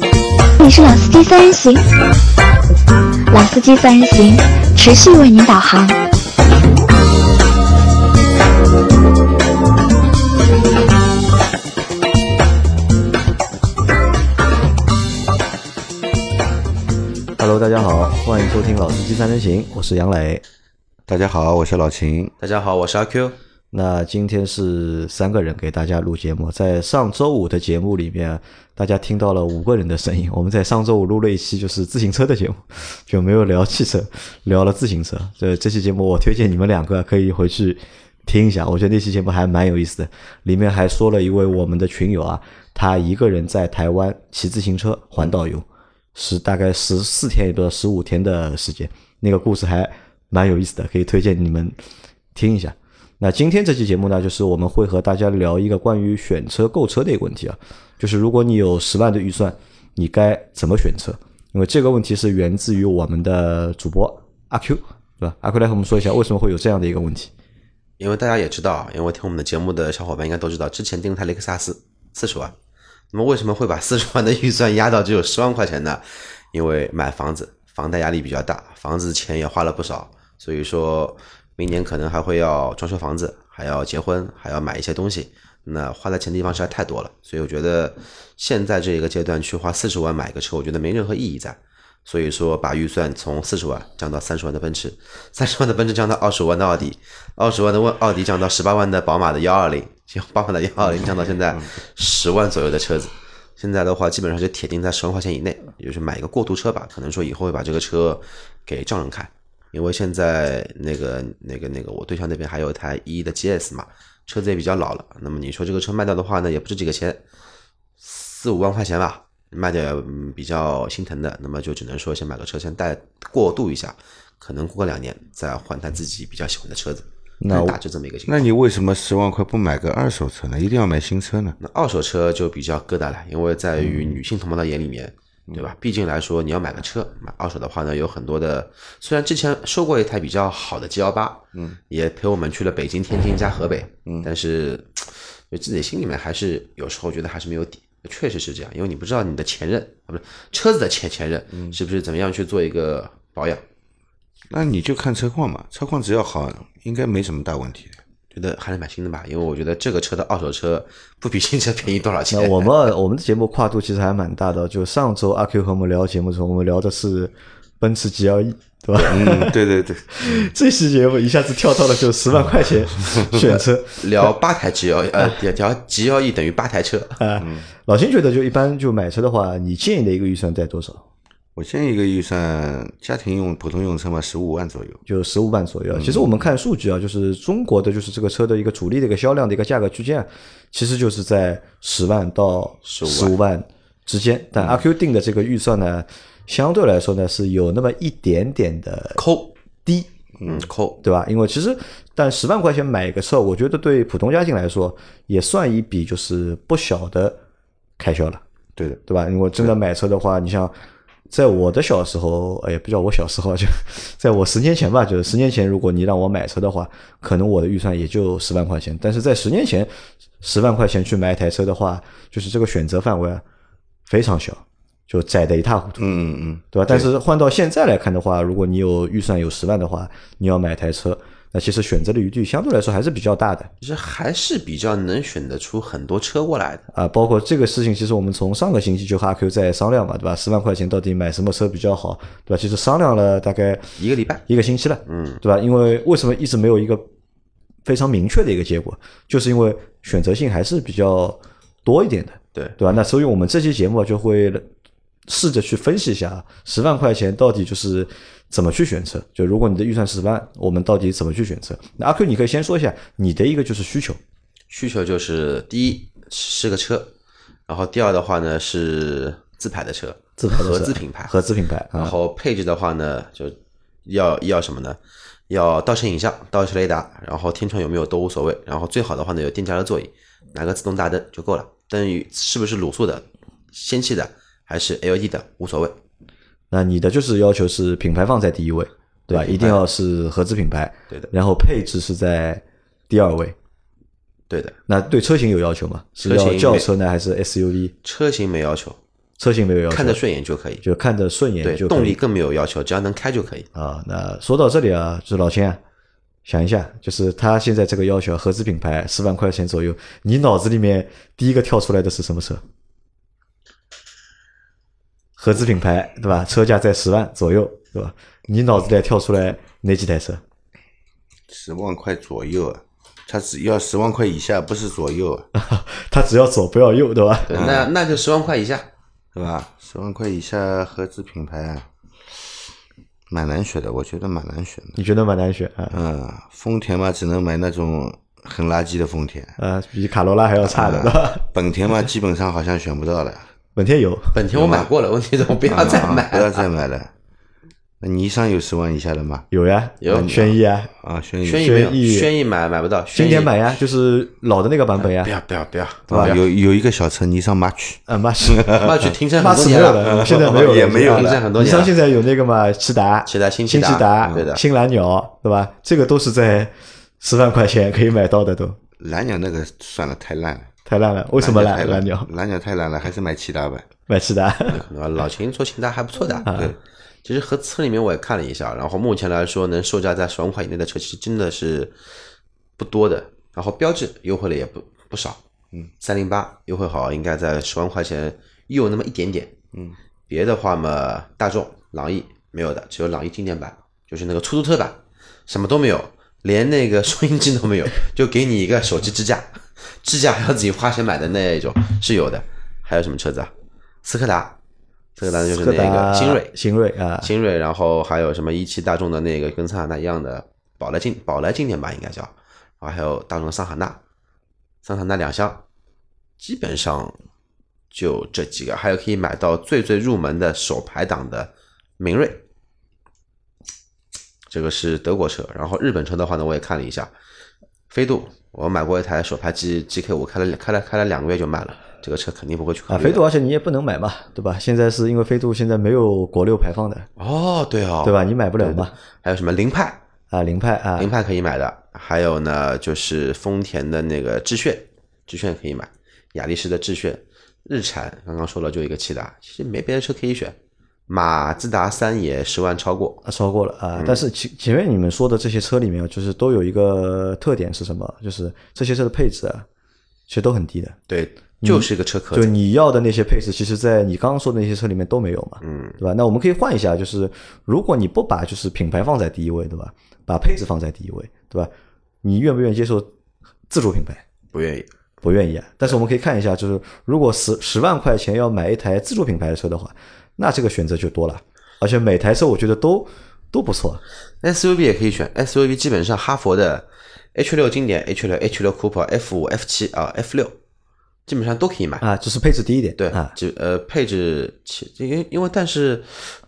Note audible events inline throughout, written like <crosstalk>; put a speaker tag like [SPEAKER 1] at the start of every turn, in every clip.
[SPEAKER 1] 里是老司机三人行，老司机三人行持续为您导航。
[SPEAKER 2] Hello，大家好，欢迎收听《老司机三人行》，我是杨磊。
[SPEAKER 3] 大家好，我是老秦。
[SPEAKER 4] 大家好，我是阿 Q。
[SPEAKER 2] 那今天是三个人给大家录节目，在上周五的节目里面，大家听到了五个人的声音。我们在上周五录了一期就是自行车的节目，就没有聊汽车，聊了自行车。这这期节目我推荐你们两个可以回去听一下，我觉得那期节目还蛮有意思的。里面还说了一位我们的群友啊，他一个人在台湾骑自行车环岛游，是大概十四天也不知道十五天的时间，那个故事还蛮有意思的，可以推荐你们听一下。那今天这期节目呢，就是我们会和大家聊一个关于选车、购车的一个问题啊，就是如果你有十万的预算，你该怎么选车？因为这个问题是源自于我们的主播阿 Q，对吧？阿 Q 来和我们说一下为什么会有这样的一个问题。
[SPEAKER 4] 因为大家也知道，因为听我们的节目的小伙伴应该都知道，之前订了台雷克萨斯四十万，那么为什么会把四十万的预算压到只有十万块钱呢？因为买房子，房贷压力比较大，房子钱也花了不少，所以说明年可能还会要装修房子，还要结婚，还要买一些东西，那花的钱地方实在太多了，所以我觉得现在这一个阶段去花四十万买一个车，我觉得没任何意义在。所以说，把预算从四十万降到三十万的奔驰，三十万的奔驰降到二十万的奥迪，二十万的问奥迪降到十八万的宝马的幺二零，宝马的幺二零降到现在十万左右的车子。现在的话，基本上是铁定在十万块钱以内，也就是买一个过渡车吧。可能说以后会把这个车给丈人开，因为现在那个那个那个我对象那边还有一台一的 GS 嘛，车子也比较老了。那么你说这个车卖掉的话呢，也不值几个钱，四五万块钱吧，卖掉也嗯比较心疼的，那么就只能说先买个车，先带过渡一下，可能过个两年再换台自己比较喜欢的车子，
[SPEAKER 2] 那
[SPEAKER 4] 大致这么一个情况。
[SPEAKER 3] 那你为什么十万块不买个二手车呢？一定要买新车呢？
[SPEAKER 4] 那二手车就比较疙瘩了，因为在于女性同胞的眼里面，对吧？毕竟来说，你要买个车，买二手的话呢，有很多的。虽然之前收过一台比较好的 G 幺八，嗯，也陪我们去了北京、天津加河北，嗯，但是就自己心里面还是有时候觉得还是没有底。确实是这样，因为你不知道你的前任啊，不是车子的前前任，是不是怎么样去做一个保养，
[SPEAKER 3] 那你就看车况嘛，车况只要好，应该没什么大问题。
[SPEAKER 4] 觉得还是买新的吧，因为我觉得这个车的二手车不比新车便宜多少钱。
[SPEAKER 2] 那我们 <laughs> 我们的节目跨度其实还蛮大的，就上周阿 Q 和我们聊节目的时候，我们聊的是奔驰 GLE，对吧？ <laughs>
[SPEAKER 3] 嗯，对对 <laughs> 对，
[SPEAKER 2] 这期节目一下子跳到了就十万块钱选车。
[SPEAKER 4] 聊八台 G 幺呃，聊聊 G 幺 E 等于八台车，
[SPEAKER 2] 啊，老秦觉得就一般就买车的话，你建议的一个预算在多少？
[SPEAKER 3] 我建议一个预算，家庭用普通用车嘛，十五万左右。
[SPEAKER 2] 就十五万左右。其实我们看数据啊，就是中国的就是这个车的一个主力的一个销量的一个价格区间，啊其实就是在十万到十五万嗯之间。但阿 Q 定的这个预算呢，相对来说呢是有那么一点点的
[SPEAKER 4] 抠，
[SPEAKER 2] 低，
[SPEAKER 4] 嗯，抠，
[SPEAKER 2] 对吧？因为其实但十万块钱买一个车，我觉得对普通家庭来说也算一笔就是不小的开销了。
[SPEAKER 3] 对的，
[SPEAKER 2] 对吧？如果真的买车的话，你像在我的小时候，哎，不叫我小时候，就在我十年前吧，就是十年前，如果你让我买车的话，可能我的预算也就十万块钱。但是在十年前，十万块钱去买一台车的话，就是这个选择范围啊非常小，就窄得一塌糊涂，
[SPEAKER 3] 嗯嗯嗯，
[SPEAKER 2] 对吧？但是换到现在来看的话，如果你有预算有十万的话，你要买台车，那其实选择的余地相对来说还是比较大的。
[SPEAKER 4] 其实还是比较能选得出很多车过来的。
[SPEAKER 2] 啊，包括这个事情，其实我们从上个星期就和阿 Q 在商量嘛，对吧？十万块钱到底买什么车比较好，对吧？其实商量了大概
[SPEAKER 4] 一个礼拜
[SPEAKER 2] 一个星期了，嗯，对吧？因为为什么一直没有一个非常明确的一个结果，就是因为选择性还是比较多一点的，
[SPEAKER 4] 对
[SPEAKER 2] 对吧？那所以我们这期节目啊就会试着去分析一下，十万块钱到底就是怎么去选车。就如果你的预算十万，我们到底怎么去选车？那阿 Q，你可以先说一下你的一个就是需求，
[SPEAKER 4] 需求就是第一是个车，然后第二的话呢是自排的车，
[SPEAKER 2] 自排的车
[SPEAKER 4] 合资品牌，
[SPEAKER 2] 合资品牌
[SPEAKER 4] 然
[SPEAKER 2] 啊，
[SPEAKER 4] 后配置的话呢，就要要什么呢？要倒车影像、倒车雷达，然后天窗有没有都无所谓。然后最好的话呢，有电加热座椅，拿个自动大灯就够了。灯与是不是卤素的、氙气的还是 LED 的无所谓。
[SPEAKER 2] 那你的就是要求是品牌放在第一位，对吧？
[SPEAKER 4] 对品牌
[SPEAKER 2] 一定要是合资品牌，
[SPEAKER 4] 对的，
[SPEAKER 2] 然后配置是在第二位。
[SPEAKER 4] 对的。
[SPEAKER 2] 那对车型有要求吗？是
[SPEAKER 4] 车
[SPEAKER 2] 要
[SPEAKER 4] 型
[SPEAKER 2] 轿
[SPEAKER 4] 没
[SPEAKER 2] 车呢，还是 SUV？
[SPEAKER 4] 车型没要求，
[SPEAKER 2] 车型没有要求，
[SPEAKER 4] 看得顺眼就可以，
[SPEAKER 2] 就看着顺眼
[SPEAKER 4] 对
[SPEAKER 2] 就可以
[SPEAKER 4] 动力更没有要求，只要能开就可以。
[SPEAKER 2] 啊，那说到这里啊，就是老千、啊，想一下，就是他现在这个要求，合资品牌四万块钱左右，你脑子里面第一个跳出来的是什么车？合资品牌对吧？车价在十万左右对吧？你脑子里跳出来哪几台车？
[SPEAKER 3] 十万块左右啊，他只要十万块以下，不是左右啊， <laughs>
[SPEAKER 2] 他只要左不要右对吧？
[SPEAKER 4] 对，那那就十万块以下，
[SPEAKER 3] 对吧？十万块以下合资品牌啊，蛮难选的，我觉得蛮难选的。
[SPEAKER 2] 你觉得蛮难选啊？
[SPEAKER 3] 嗯，丰田嘛，只能买那种很垃圾的丰田，
[SPEAKER 2] 呃，比卡罗拉还要差的对吧？
[SPEAKER 4] 啊
[SPEAKER 3] 本田嘛，基本上好像选不到了。
[SPEAKER 2] <laughs> 本田有，
[SPEAKER 4] 本田我买过了，问题是我不要
[SPEAKER 3] 啊
[SPEAKER 4] 再买
[SPEAKER 3] 不要
[SPEAKER 4] 了。
[SPEAKER 3] 再买了。那尼桑有十万以下的吗？
[SPEAKER 2] 有呀，
[SPEAKER 4] 有
[SPEAKER 2] 轩逸啊，
[SPEAKER 3] 啊，轩逸
[SPEAKER 4] 轩逸没有
[SPEAKER 2] 轩，逸
[SPEAKER 4] 轩逸买买不到，轩
[SPEAKER 2] 经
[SPEAKER 4] 逸
[SPEAKER 2] 典版呀，就是老的那个版本呀
[SPEAKER 4] 不，要不要不
[SPEAKER 2] <laughs>
[SPEAKER 4] 要，
[SPEAKER 3] 对吧？有有一个小车，尼桑 March，
[SPEAKER 2] 啊，马
[SPEAKER 4] <laughs>
[SPEAKER 2] 是。 <laughs>
[SPEAKER 4] 那去停车
[SPEAKER 2] 马
[SPEAKER 4] 很多
[SPEAKER 2] 斯没
[SPEAKER 4] 年
[SPEAKER 2] 有了，现在没有
[SPEAKER 4] <laughs>
[SPEAKER 2] 了，
[SPEAKER 3] 也没有了
[SPEAKER 2] 现在
[SPEAKER 4] 很多年了
[SPEAKER 2] 尼桑现在有那个嘛，骐达、
[SPEAKER 4] 骐达
[SPEAKER 2] 新
[SPEAKER 4] 新骐达
[SPEAKER 2] 达，
[SPEAKER 4] 对的
[SPEAKER 2] 新蓝鸟，对吧？这个都是在十万块钱可以买到的都，
[SPEAKER 3] 蓝鸟那个算了，太烂了。
[SPEAKER 2] 太烂了。为什么
[SPEAKER 3] 蓝
[SPEAKER 2] 烂？蓝
[SPEAKER 3] 鸟
[SPEAKER 2] 鸟
[SPEAKER 3] 太？蓝鸟太烂了，还是买骐达吧。
[SPEAKER 2] 买骐达，
[SPEAKER 4] 可能老秦做骐达还不错的。
[SPEAKER 2] 啊
[SPEAKER 4] 对，其实合资车里面我也看了一下，然后目前来说能售价在十万块以内的车，其实真的是不多的。然后标致优惠了也不不少，嗯，三零八优惠好应该在十万块钱又有那么一点点，嗯，别的话嘛，大众朗逸没有的，只有朗逸经典版，就是那个出租车版，什么都没有，连那个收音机都没有，就给你一个手机支架， <laughs> 支架还要自己花钱买的那一种是有的。还有什么车子啊？斯柯达，斯柯达
[SPEAKER 2] <laughs>
[SPEAKER 4] 就是那
[SPEAKER 2] 柯达
[SPEAKER 4] 个新锐，
[SPEAKER 2] 新锐啊，
[SPEAKER 4] 新锐，然后还有什么一汽大众的那个跟桑塔纳一样的宝来经宝来经典吧，应该叫，然后还有大众的桑塔纳，桑塔纳两厢，基本上就这几个，还有可以买到最最入门的首排档的明锐，这个是德国车，然后日本车的话呢，我也看了一下，飞度，我买过一台首排 G G K 五，开了开了开了两个月就卖了，这个车肯定不会去考
[SPEAKER 2] 啊，
[SPEAKER 4] 虑的
[SPEAKER 2] 飞度，而且你也不能买嘛，对吧？现在是因为飞度现在没有国六排放的，
[SPEAKER 4] 哦，对哦，
[SPEAKER 2] 对吧？？你买不了嘛，
[SPEAKER 4] 还有什么凌派？
[SPEAKER 2] 啊，凌派啊
[SPEAKER 4] 凌，派可以买的，还有呢就是丰田的那个致炫，致炫可以买，雅力士的致炫，日产刚刚说了就一个骐达，其实没别的车可以选，马自达三也十万超过，
[SPEAKER 2] 啊超过了啊。但是前前面你们说的这些车里面，就是都有一个特点是什么？就是这些车的配置啊，其实都很低的。
[SPEAKER 4] 对，就是一个车壳
[SPEAKER 2] 就
[SPEAKER 4] 子，
[SPEAKER 2] 你要的那些配置，其实，在你刚刚说的那些车里面都没有嘛，
[SPEAKER 4] 嗯，
[SPEAKER 2] 对吧？那我们可以换一下，就是如果你不把就是品牌放在第一位，对吧？把配置放在第一位，对吧？你愿不愿意接受自主品牌？
[SPEAKER 4] 不愿意，
[SPEAKER 2] 不愿意啊。但是我们可以看一下，就是如果十十万块钱要买一台自主品牌的车的话，那这个选择就多了，而且每台车我觉得都都不错。
[SPEAKER 4] SUV 也可以选，SUV 基本上哈佛的 H 六经典、H 六、H 六 Coupe、F 五、F 七啊、F 六，基本上都可以买。
[SPEAKER 2] 啊，只是配置低一点，
[SPEAKER 4] 对
[SPEAKER 2] 啊，，
[SPEAKER 4] 就呃配置其因为因为但是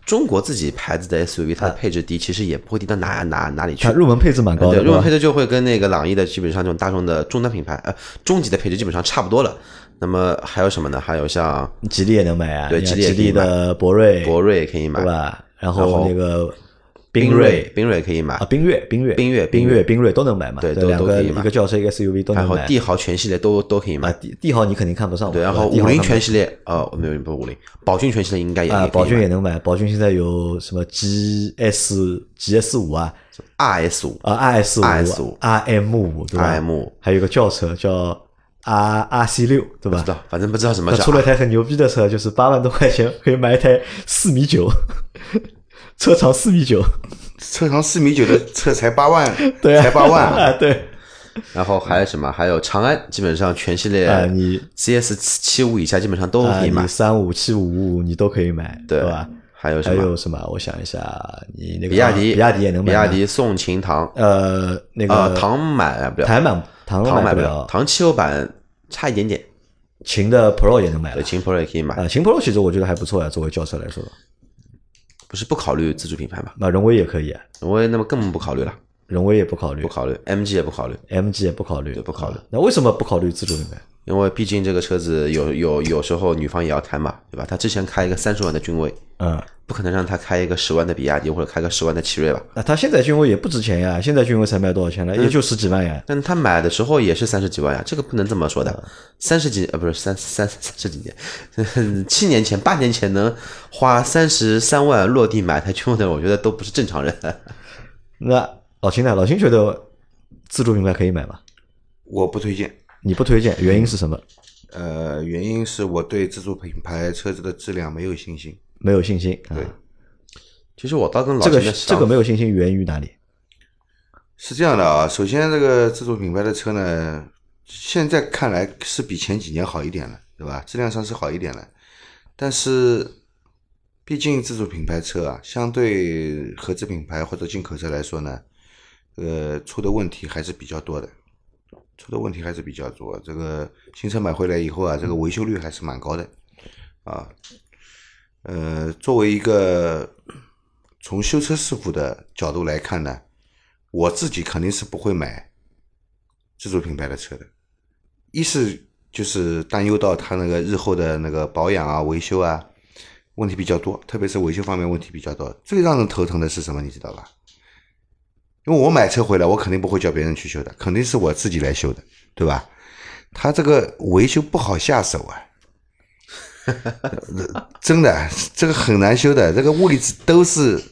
[SPEAKER 4] 中国自己牌子的 SUV 它的配置低，其实也不会低到哪哪哪里去
[SPEAKER 2] 啊
[SPEAKER 4] 呃
[SPEAKER 2] 它。入门配置蛮高的，
[SPEAKER 4] 对，入门配
[SPEAKER 2] 置
[SPEAKER 4] 置就会跟那个朗逸的基本上这种大众的中端品牌呃中级的配置基本上差不多了。那么还有什么呢？还有像
[SPEAKER 2] 吉利也能买啊，
[SPEAKER 4] 对
[SPEAKER 2] 你看
[SPEAKER 4] 吉利也
[SPEAKER 2] 吉
[SPEAKER 4] 可以
[SPEAKER 2] 利的博瑞，
[SPEAKER 4] 博瑞也可以买
[SPEAKER 2] 对，吧？然
[SPEAKER 4] 然
[SPEAKER 2] 后
[SPEAKER 4] 后
[SPEAKER 2] 那个锐
[SPEAKER 4] 缤瑞，缤瑞可以买
[SPEAKER 2] 啊，，缤越、缤越、
[SPEAKER 4] 缤越
[SPEAKER 2] 缤
[SPEAKER 4] 缤
[SPEAKER 2] 越、
[SPEAKER 4] 越
[SPEAKER 2] 缤越都能买嘛？
[SPEAKER 4] 对
[SPEAKER 2] 这
[SPEAKER 4] 都
[SPEAKER 2] 两
[SPEAKER 4] 都
[SPEAKER 2] 个
[SPEAKER 4] 可以
[SPEAKER 2] 一
[SPEAKER 4] 买
[SPEAKER 2] 个轿车，一个 SUV 都
[SPEAKER 4] 然
[SPEAKER 2] 能
[SPEAKER 4] 后
[SPEAKER 2] 买。
[SPEAKER 4] 帝豪全系列都都可以
[SPEAKER 2] 啊，
[SPEAKER 4] 买。
[SPEAKER 2] 帝帝豪你肯定看不上嘛，
[SPEAKER 4] 对，然后
[SPEAKER 2] 对吧
[SPEAKER 4] 五
[SPEAKER 2] 帝豪
[SPEAKER 4] 菱
[SPEAKER 2] 看不
[SPEAKER 4] 全系列呃没有不是五菱，宝骏全系列应该也
[SPEAKER 2] 啊，
[SPEAKER 4] 也可以
[SPEAKER 2] 宝骏
[SPEAKER 4] 买
[SPEAKER 2] 也能买，宝骏现在有什么 GS、GS 五啊，
[SPEAKER 4] RS 五
[SPEAKER 2] 啊 RS 五、
[SPEAKER 4] RS5
[SPEAKER 2] RM 五对吧
[SPEAKER 4] RM
[SPEAKER 2] 还有个轿车叫 R RC 六对
[SPEAKER 4] 不
[SPEAKER 2] 吧
[SPEAKER 4] 知？道，反正不知道什么
[SPEAKER 2] 它
[SPEAKER 4] 是
[SPEAKER 2] 出了台很牛逼的车，就是八万多块钱可以买一台四米九， <laughs> 车长四米九，
[SPEAKER 3] 车长四米九的车才八万，
[SPEAKER 2] <laughs> 对啊，
[SPEAKER 3] 才八万，
[SPEAKER 2] 啊， <laughs> 对，
[SPEAKER 4] 然后还有什么？还有长安，基本上全系列
[SPEAKER 2] 啊你
[SPEAKER 4] CS 七五以下基本上都
[SPEAKER 2] 啊，
[SPEAKER 4] 可以买
[SPEAKER 2] 你，三五七五五五你都可以买，
[SPEAKER 4] 对
[SPEAKER 2] 吧？
[SPEAKER 4] 还有什
[SPEAKER 2] 还有
[SPEAKER 4] 么？
[SPEAKER 2] 什么？我想一下，你那个啊
[SPEAKER 4] 比亚迪，
[SPEAKER 2] 比亚迪也能买
[SPEAKER 4] 比
[SPEAKER 2] 吗，
[SPEAKER 4] 亚迪、宋秦唐，
[SPEAKER 2] 呃，那
[SPEAKER 4] 呃，
[SPEAKER 2] 个
[SPEAKER 4] 唐买不了，
[SPEAKER 2] 台满唐
[SPEAKER 4] 唐
[SPEAKER 2] 买
[SPEAKER 4] 不
[SPEAKER 2] 了，
[SPEAKER 4] 唐汽油版差一点点，
[SPEAKER 2] 秦的 Pro 也能买了
[SPEAKER 4] 对，秦 Pro 也可以买，
[SPEAKER 2] 啊，秦 Pro 其实我觉得还不错呀，作为轿车来说，
[SPEAKER 4] 不是不考虑自主品牌嘛？
[SPEAKER 2] 那荣威也可以啊，
[SPEAKER 4] 荣威那么更不考虑了，
[SPEAKER 2] 荣威也不考虑
[SPEAKER 4] 不考虑，MG 也不考虑，
[SPEAKER 2] ，MG 也不考虑，
[SPEAKER 4] 对不考虑
[SPEAKER 2] 啊那为什么不考虑自主品牌？
[SPEAKER 4] 因为毕竟这个车子有有有时候女方也要贪嘛，对吧？她之前开一个三十万的君威，
[SPEAKER 2] 嗯，
[SPEAKER 4] 不可能让她开一个十万的比亚迪或者开个十万的奇瑞吧？
[SPEAKER 2] 那他现在君威也不值钱呀，现在君威才卖多少钱了？
[SPEAKER 4] 嗯
[SPEAKER 2] 也就十几万呀。
[SPEAKER 4] 但她买的时候也是三十几万呀，这个不能这么说的。
[SPEAKER 2] 嗯
[SPEAKER 4] 三十几呃，不是三三三十几年， <laughs> 七年前、八年前能花三十三万落地买台君威的人，我觉得都不是正常人。 <laughs>
[SPEAKER 2] 那老秦呢？老秦觉得自主品牌可以买吗？
[SPEAKER 3] 我不推荐。
[SPEAKER 2] 你不推荐，原因是什么？
[SPEAKER 3] 呃，原因是我对自主品牌车子的质量没有信心。
[SPEAKER 2] 没有信心。
[SPEAKER 3] 对
[SPEAKER 2] 啊、
[SPEAKER 4] 其实我倒跟老
[SPEAKER 2] 这个
[SPEAKER 4] 秦的
[SPEAKER 2] 这
[SPEAKER 4] 想
[SPEAKER 2] 个没有信心源于哪里？
[SPEAKER 3] 是这样的啊，首先这个自主品牌的车呢，现在看来是比前几年好一点了，对吧？质量上是好一点了，但是毕竟自主品牌车啊，相对合资品牌或者进口车来说呢，呃，出的问题还是比较多的，出的问题还是比较多。这个新车买回来以后啊，这个维修率还是蛮高的，啊，呃，作为一个从修车师傅的角度来看呢，我自己肯定是不会买自主品牌的车的。一是就是担忧到它那个日后的那个保养啊、维修啊问题比较多，特别是维修方面问题比较多。最让人头疼的是什么？你知道吧？因为我买车回来，我肯定不会叫别人去修的，肯定是我自己来修的，对吧？他这个维修不好下手啊，真的，这个很难修的，这个位置都是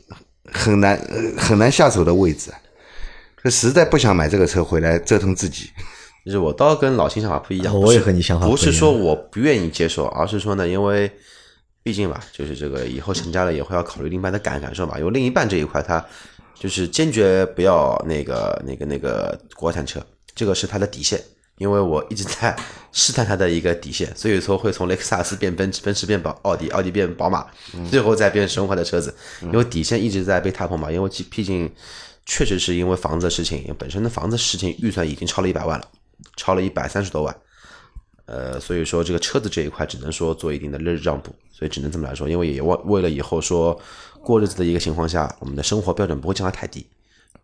[SPEAKER 3] 很难、呃很难下手的位置啊。这实在不想买这个车回来折腾自己。
[SPEAKER 4] 就是我倒跟老秦想法不一样，
[SPEAKER 2] 啊我
[SPEAKER 4] 不是
[SPEAKER 2] 也和你想法
[SPEAKER 4] 不
[SPEAKER 2] 不一
[SPEAKER 4] 是
[SPEAKER 2] 样
[SPEAKER 4] 说我不愿意接受，而是说呢，因为毕竟吧，就是这个以后成家了以后要考虑另一半的感感受嘛，有另一半这一块，他就是坚决不要那个那个那个国产车，这个是他的底线，因为我一直在试探他的一个底线，所以说会从雷克萨斯变奔驰，奔驰变宝奥迪，奥迪变宝马，
[SPEAKER 2] 嗯
[SPEAKER 4] 最后再变神话的车子，因为底线一直在被踏破嘛，因为其毕竟确实是因为房子的事情，因为本身的房子事情预算已经超了一百万了，超了一百三十多万，呃，所以说这个车子这一块只能说做一定的让让步，所以只能这么来说，因为也为为了以后说过日子的一个情况下，我们的生活标准不会降得太低，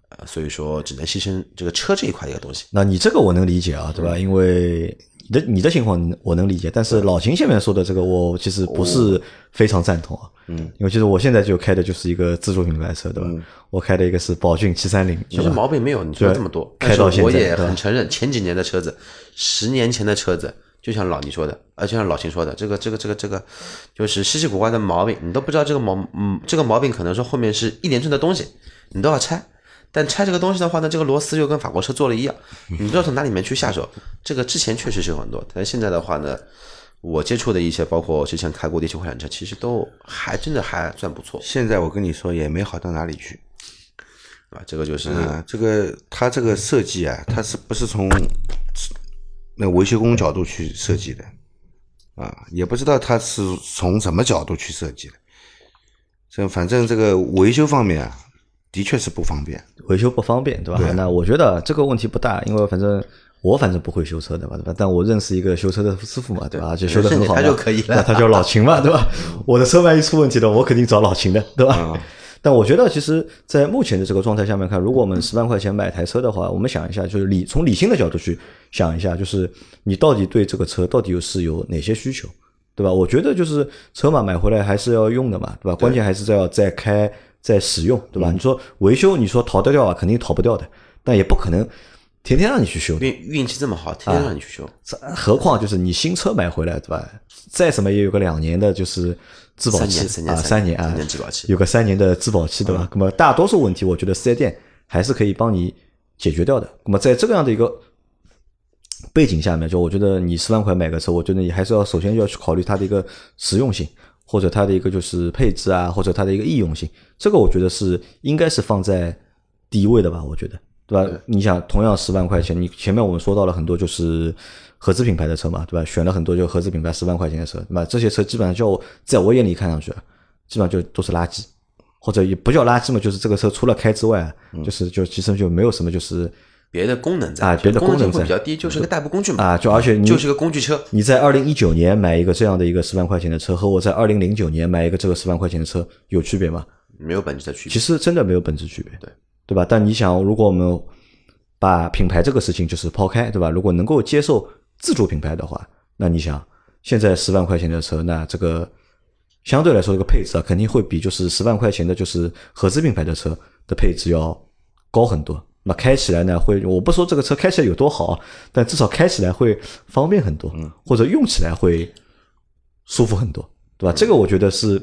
[SPEAKER 4] 呃，所以说只能牺牲这个车这一块的一个东西。
[SPEAKER 2] 那你这个我能理解啊，对
[SPEAKER 4] 嗯
[SPEAKER 2] 吧？因为你的你的情况我能理解，但是老秦前面说的这个，我其实不是
[SPEAKER 4] 哦
[SPEAKER 2] 非常赞同啊。嗯，因为其实我现在就开的就是一个自主品牌车，对吧？我开的一个是宝骏七三零，
[SPEAKER 4] 其实毛病没有嗯你说的这么多，
[SPEAKER 2] 开到
[SPEAKER 4] 但是我
[SPEAKER 2] 现在
[SPEAKER 4] 也
[SPEAKER 2] 对吧
[SPEAKER 4] 很承认，前几年的车子，十年前的车子，就像老倪说的，呃，就像老秦说的，这个这个这个这个，就是稀奇古怪的毛病，你都不知道这个毛，嗯，这个毛病可能说后面是一连串的东西，你都要拆。但拆这个东西的话呢，这个螺丝又跟法国车做了一样，你不知道从哪里面去下手。这个之前确实是有很多，但现在的话呢，我接触的一些，包括之前开过的一些国产车，其实都还真的还算不错，
[SPEAKER 3] 现在我跟你说也没好到哪里去。
[SPEAKER 4] 对吧？这个就是
[SPEAKER 3] 嗯，这个它这个设计啊，它是不是从那维修工角度去设计的啊？也不知道它是从什么角度去设计的。这反正这个维修方面啊，的确是不方便。
[SPEAKER 2] 维修不方便，对吧？那我觉得这个问题不大，因为反正我反正不会修车的嘛，对吧？但我认识一个修车的师傅嘛，对吧？就修的很好嘛，
[SPEAKER 4] 认识你他就可以了
[SPEAKER 2] 那他叫老秦嘛，对吧？我的车万一出问题了，我肯定找老秦的，对吧？但我觉得，其实，在目前的这个状态下面看，如果我们十万块钱买台车的话，我们想一下，就是理从理性的角度去想一下，就是你到底对这个车到底有是有哪些需求，对吧？我觉得就是车嘛，买回来还是要用的嘛，对吧？关键还是在要再开再使用，对吧？
[SPEAKER 4] 嗯
[SPEAKER 2] 你说维修，你说逃得掉啊，肯定逃不掉的，但也不可能天天让你去修的。
[SPEAKER 4] 运运气这么好，天天让你去修。
[SPEAKER 2] 这何况就是你新车买回来，对吧？再怎么也有个两年的，就是质保
[SPEAKER 4] 三
[SPEAKER 2] 期
[SPEAKER 4] 年三年
[SPEAKER 2] 啊，
[SPEAKER 4] 三
[SPEAKER 2] 年
[SPEAKER 4] 年
[SPEAKER 2] 啊，
[SPEAKER 4] 三年质保期
[SPEAKER 2] 有个三年的质保期，对吧？那么大多数问题，我觉得四 S 店还是可以帮你解决掉的。那么在这个样的一个背景下面，就我觉得你十万块买个车，我觉得你还是要首先要去考虑它的一个实用性，或者它的一个就是配置啊，或者它的一个易用性，这个我觉得是应该是放在第一位的吧，我觉得，对吧？你想，同样十万块钱，你前面我们说到了很多就是合资品牌的车嘛，对吧？选了很多就合资品牌十万块钱的车，对吧？这些车基本上就在我眼里看上去，基本上就都是垃圾。或者也不叫垃圾嘛，就是这个车除了开之外，
[SPEAKER 4] 嗯
[SPEAKER 2] 就是就其实就没有什么就是
[SPEAKER 4] 别的功能在
[SPEAKER 2] 啊别的
[SPEAKER 4] 功
[SPEAKER 2] 功能
[SPEAKER 4] 会
[SPEAKER 2] 在
[SPEAKER 4] 比较低，就是个代步工具嘛。
[SPEAKER 2] 啊，就而且你
[SPEAKER 4] 就是个工具车
[SPEAKER 2] 你在二零一九年买一个这样的一个十万块钱的车，和我在二零零九年买一个这个十万块钱的车有区别吗？
[SPEAKER 4] 没有本质的区别。
[SPEAKER 2] 其实真的没有本质区别，
[SPEAKER 4] 对
[SPEAKER 2] 对吧？但你想，如果我们把品牌这个事情就是抛开，对吧？如果能够接受自主品牌的话，那你想，现在十万块钱的车，那这个相对来说这个配置啊，肯定会比就是十万块钱的就是合资品牌的车的配置要高很多。那开起来呢，会我不说这个车开起来有多好，啊但至少开起来会方便很多，或者用起来会舒服很多，对吧？这个我觉得是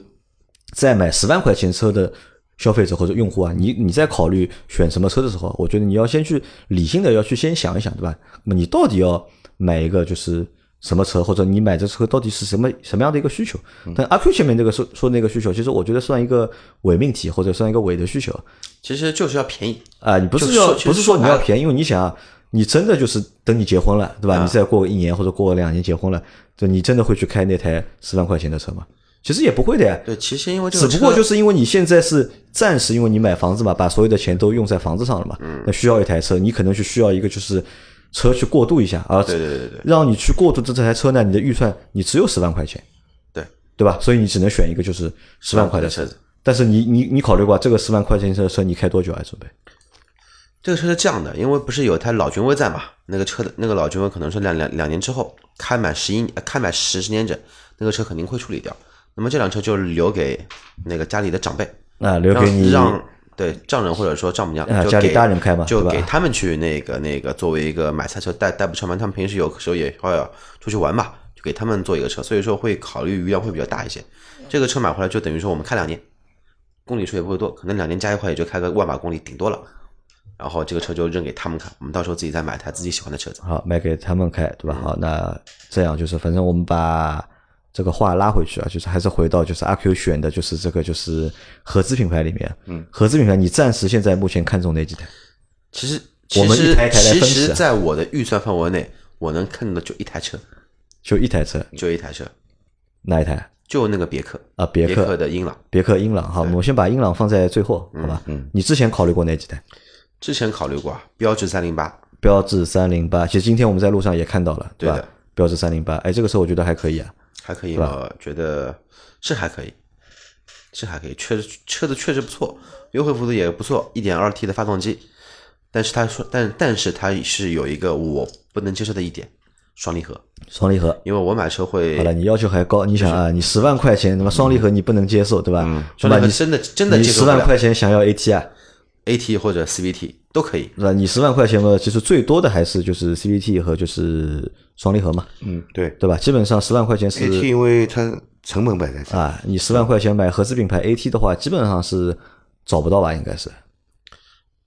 [SPEAKER 2] 在买十万块钱车的消费者或者用户啊，你你在考虑选什么车的时候，啊我觉得你要先去理性的要去先想一想，对吧？那么你到底要买一个就是什么车，或者你买这车到底是什么什么样的一个需求？
[SPEAKER 4] 嗯
[SPEAKER 2] 但阿 Q 前面那个说说那个需求，其实我觉得算一个伪命题，或者算一个伪的需求。
[SPEAKER 4] 其实就是要便宜，
[SPEAKER 2] 啊、你不
[SPEAKER 4] 就是是
[SPEAKER 2] 要
[SPEAKER 4] 说其实
[SPEAKER 2] 不是说
[SPEAKER 4] 说哎
[SPEAKER 2] 你
[SPEAKER 4] 白
[SPEAKER 2] 要
[SPEAKER 4] 了
[SPEAKER 2] 便宜，因为你想啊，你真的就是等你结婚了，对吧？
[SPEAKER 4] 啊
[SPEAKER 2] 你再过一年或者过两年结婚了，就你真的会去开那台十万块钱的车吗？其实也不会的呀。
[SPEAKER 4] 对，其实因为这
[SPEAKER 2] 只
[SPEAKER 4] 个
[SPEAKER 2] 不过
[SPEAKER 4] 车
[SPEAKER 2] 就是因为你现在是暂时，因为你买房子嘛，把所有的钱都用在房子上了嘛，
[SPEAKER 4] 嗯
[SPEAKER 2] 那需要一台车，你可能去需要一个就是车去过渡一下，而
[SPEAKER 4] 对对对对对
[SPEAKER 2] 让你去过渡这台车呢，你的预算你只有十万块钱，
[SPEAKER 4] 对
[SPEAKER 2] 对吧？所以你只能选一个就是十万块的
[SPEAKER 4] 10万块的车
[SPEAKER 2] 车
[SPEAKER 4] 子。
[SPEAKER 2] 但是你你你考虑过啊这个十万块钱的车，你开多久啊？准备？
[SPEAKER 4] 嗯这个车是这样的，因为不是有台老君威在嘛？那个车的那个老君威可能是两两两年之后开满十一呃开满十十年整，那个车肯定会处理掉。那么这辆车就留给那个家里的长辈，
[SPEAKER 2] 啊，留给你
[SPEAKER 4] 让让对丈人或者说丈母娘
[SPEAKER 2] 啊
[SPEAKER 4] 就
[SPEAKER 2] 家里
[SPEAKER 4] 给
[SPEAKER 2] 大人开嘛
[SPEAKER 4] 就
[SPEAKER 2] 对吧
[SPEAKER 4] 给他们去那个那个作为一个买菜车代代步车嘛，他们平时有时候也会要出去玩嘛，就给他们做一个车，所以说会考虑余量会比较大一些。这个车买回来就等于说我们开两年，公里数也不会多，可能两年加一块也就开个万把公里顶多了。然后这个车就扔给他们开，我们到时候自己再买台自己喜欢的车子。
[SPEAKER 2] 好卖给他们开，对吧？好，那这样就是，反正我们把这个话拉回去啊，就是还是回到就是阿 Q 选的就是这个就是合资品牌里面，嗯，合资品牌你暂时现在目前看中哪几台？
[SPEAKER 4] 其实
[SPEAKER 2] 我
[SPEAKER 4] 其
[SPEAKER 2] 们一
[SPEAKER 4] 实
[SPEAKER 2] 台一台来
[SPEAKER 4] 其
[SPEAKER 2] 分析
[SPEAKER 4] 实，
[SPEAKER 2] 啊
[SPEAKER 4] 在我的预算范围内，我能看到的就一台车，
[SPEAKER 2] 就一台车，
[SPEAKER 4] 就一台车，
[SPEAKER 2] 哪一台？
[SPEAKER 4] 就那个别克
[SPEAKER 2] 啊别克
[SPEAKER 4] 的英朗。
[SPEAKER 2] 别克英朗，好，我先把英朗放在最后，好吧？嗯，你之前考虑过哪几台？
[SPEAKER 4] 之前考虑过啊，标致三零八，
[SPEAKER 2] 标致三零八，其实今天我们在路上也看到了，
[SPEAKER 4] 对
[SPEAKER 2] 吧？
[SPEAKER 4] 的
[SPEAKER 2] 标致三零八，哎，这个车我觉得还可以啊，
[SPEAKER 4] 还可以吗？觉得是还可以，是还可以，确实车子确实不错，优惠幅度也不错，一点二 T 的发动机，但是他说，但但是他是有一个我不能接受的一点，双离合，
[SPEAKER 2] 双离合。
[SPEAKER 4] 因为我买车会
[SPEAKER 2] 好了，你要求还高，你想啊，你十万块钱，那么双离合你不能接受，对吧？对
[SPEAKER 4] 嗯双离
[SPEAKER 2] 吧？
[SPEAKER 4] 合
[SPEAKER 2] 你
[SPEAKER 4] 真的真的
[SPEAKER 2] 你
[SPEAKER 4] 接受
[SPEAKER 2] 十
[SPEAKER 4] 不
[SPEAKER 2] 万
[SPEAKER 4] 了
[SPEAKER 2] 块钱想要 AT 啊？
[SPEAKER 4] AT 或者 CVT 都可以，
[SPEAKER 2] 那你十万块钱嘛，其实最多的还是就是 CVT 和就是双离合嘛，
[SPEAKER 3] 嗯，对
[SPEAKER 2] 对吧？基本上十万块钱是
[SPEAKER 3] AT 因为它成本摆在这，
[SPEAKER 2] 啊，你十万块钱买合资品牌 AT 的话，基本上是找不到吧？应该是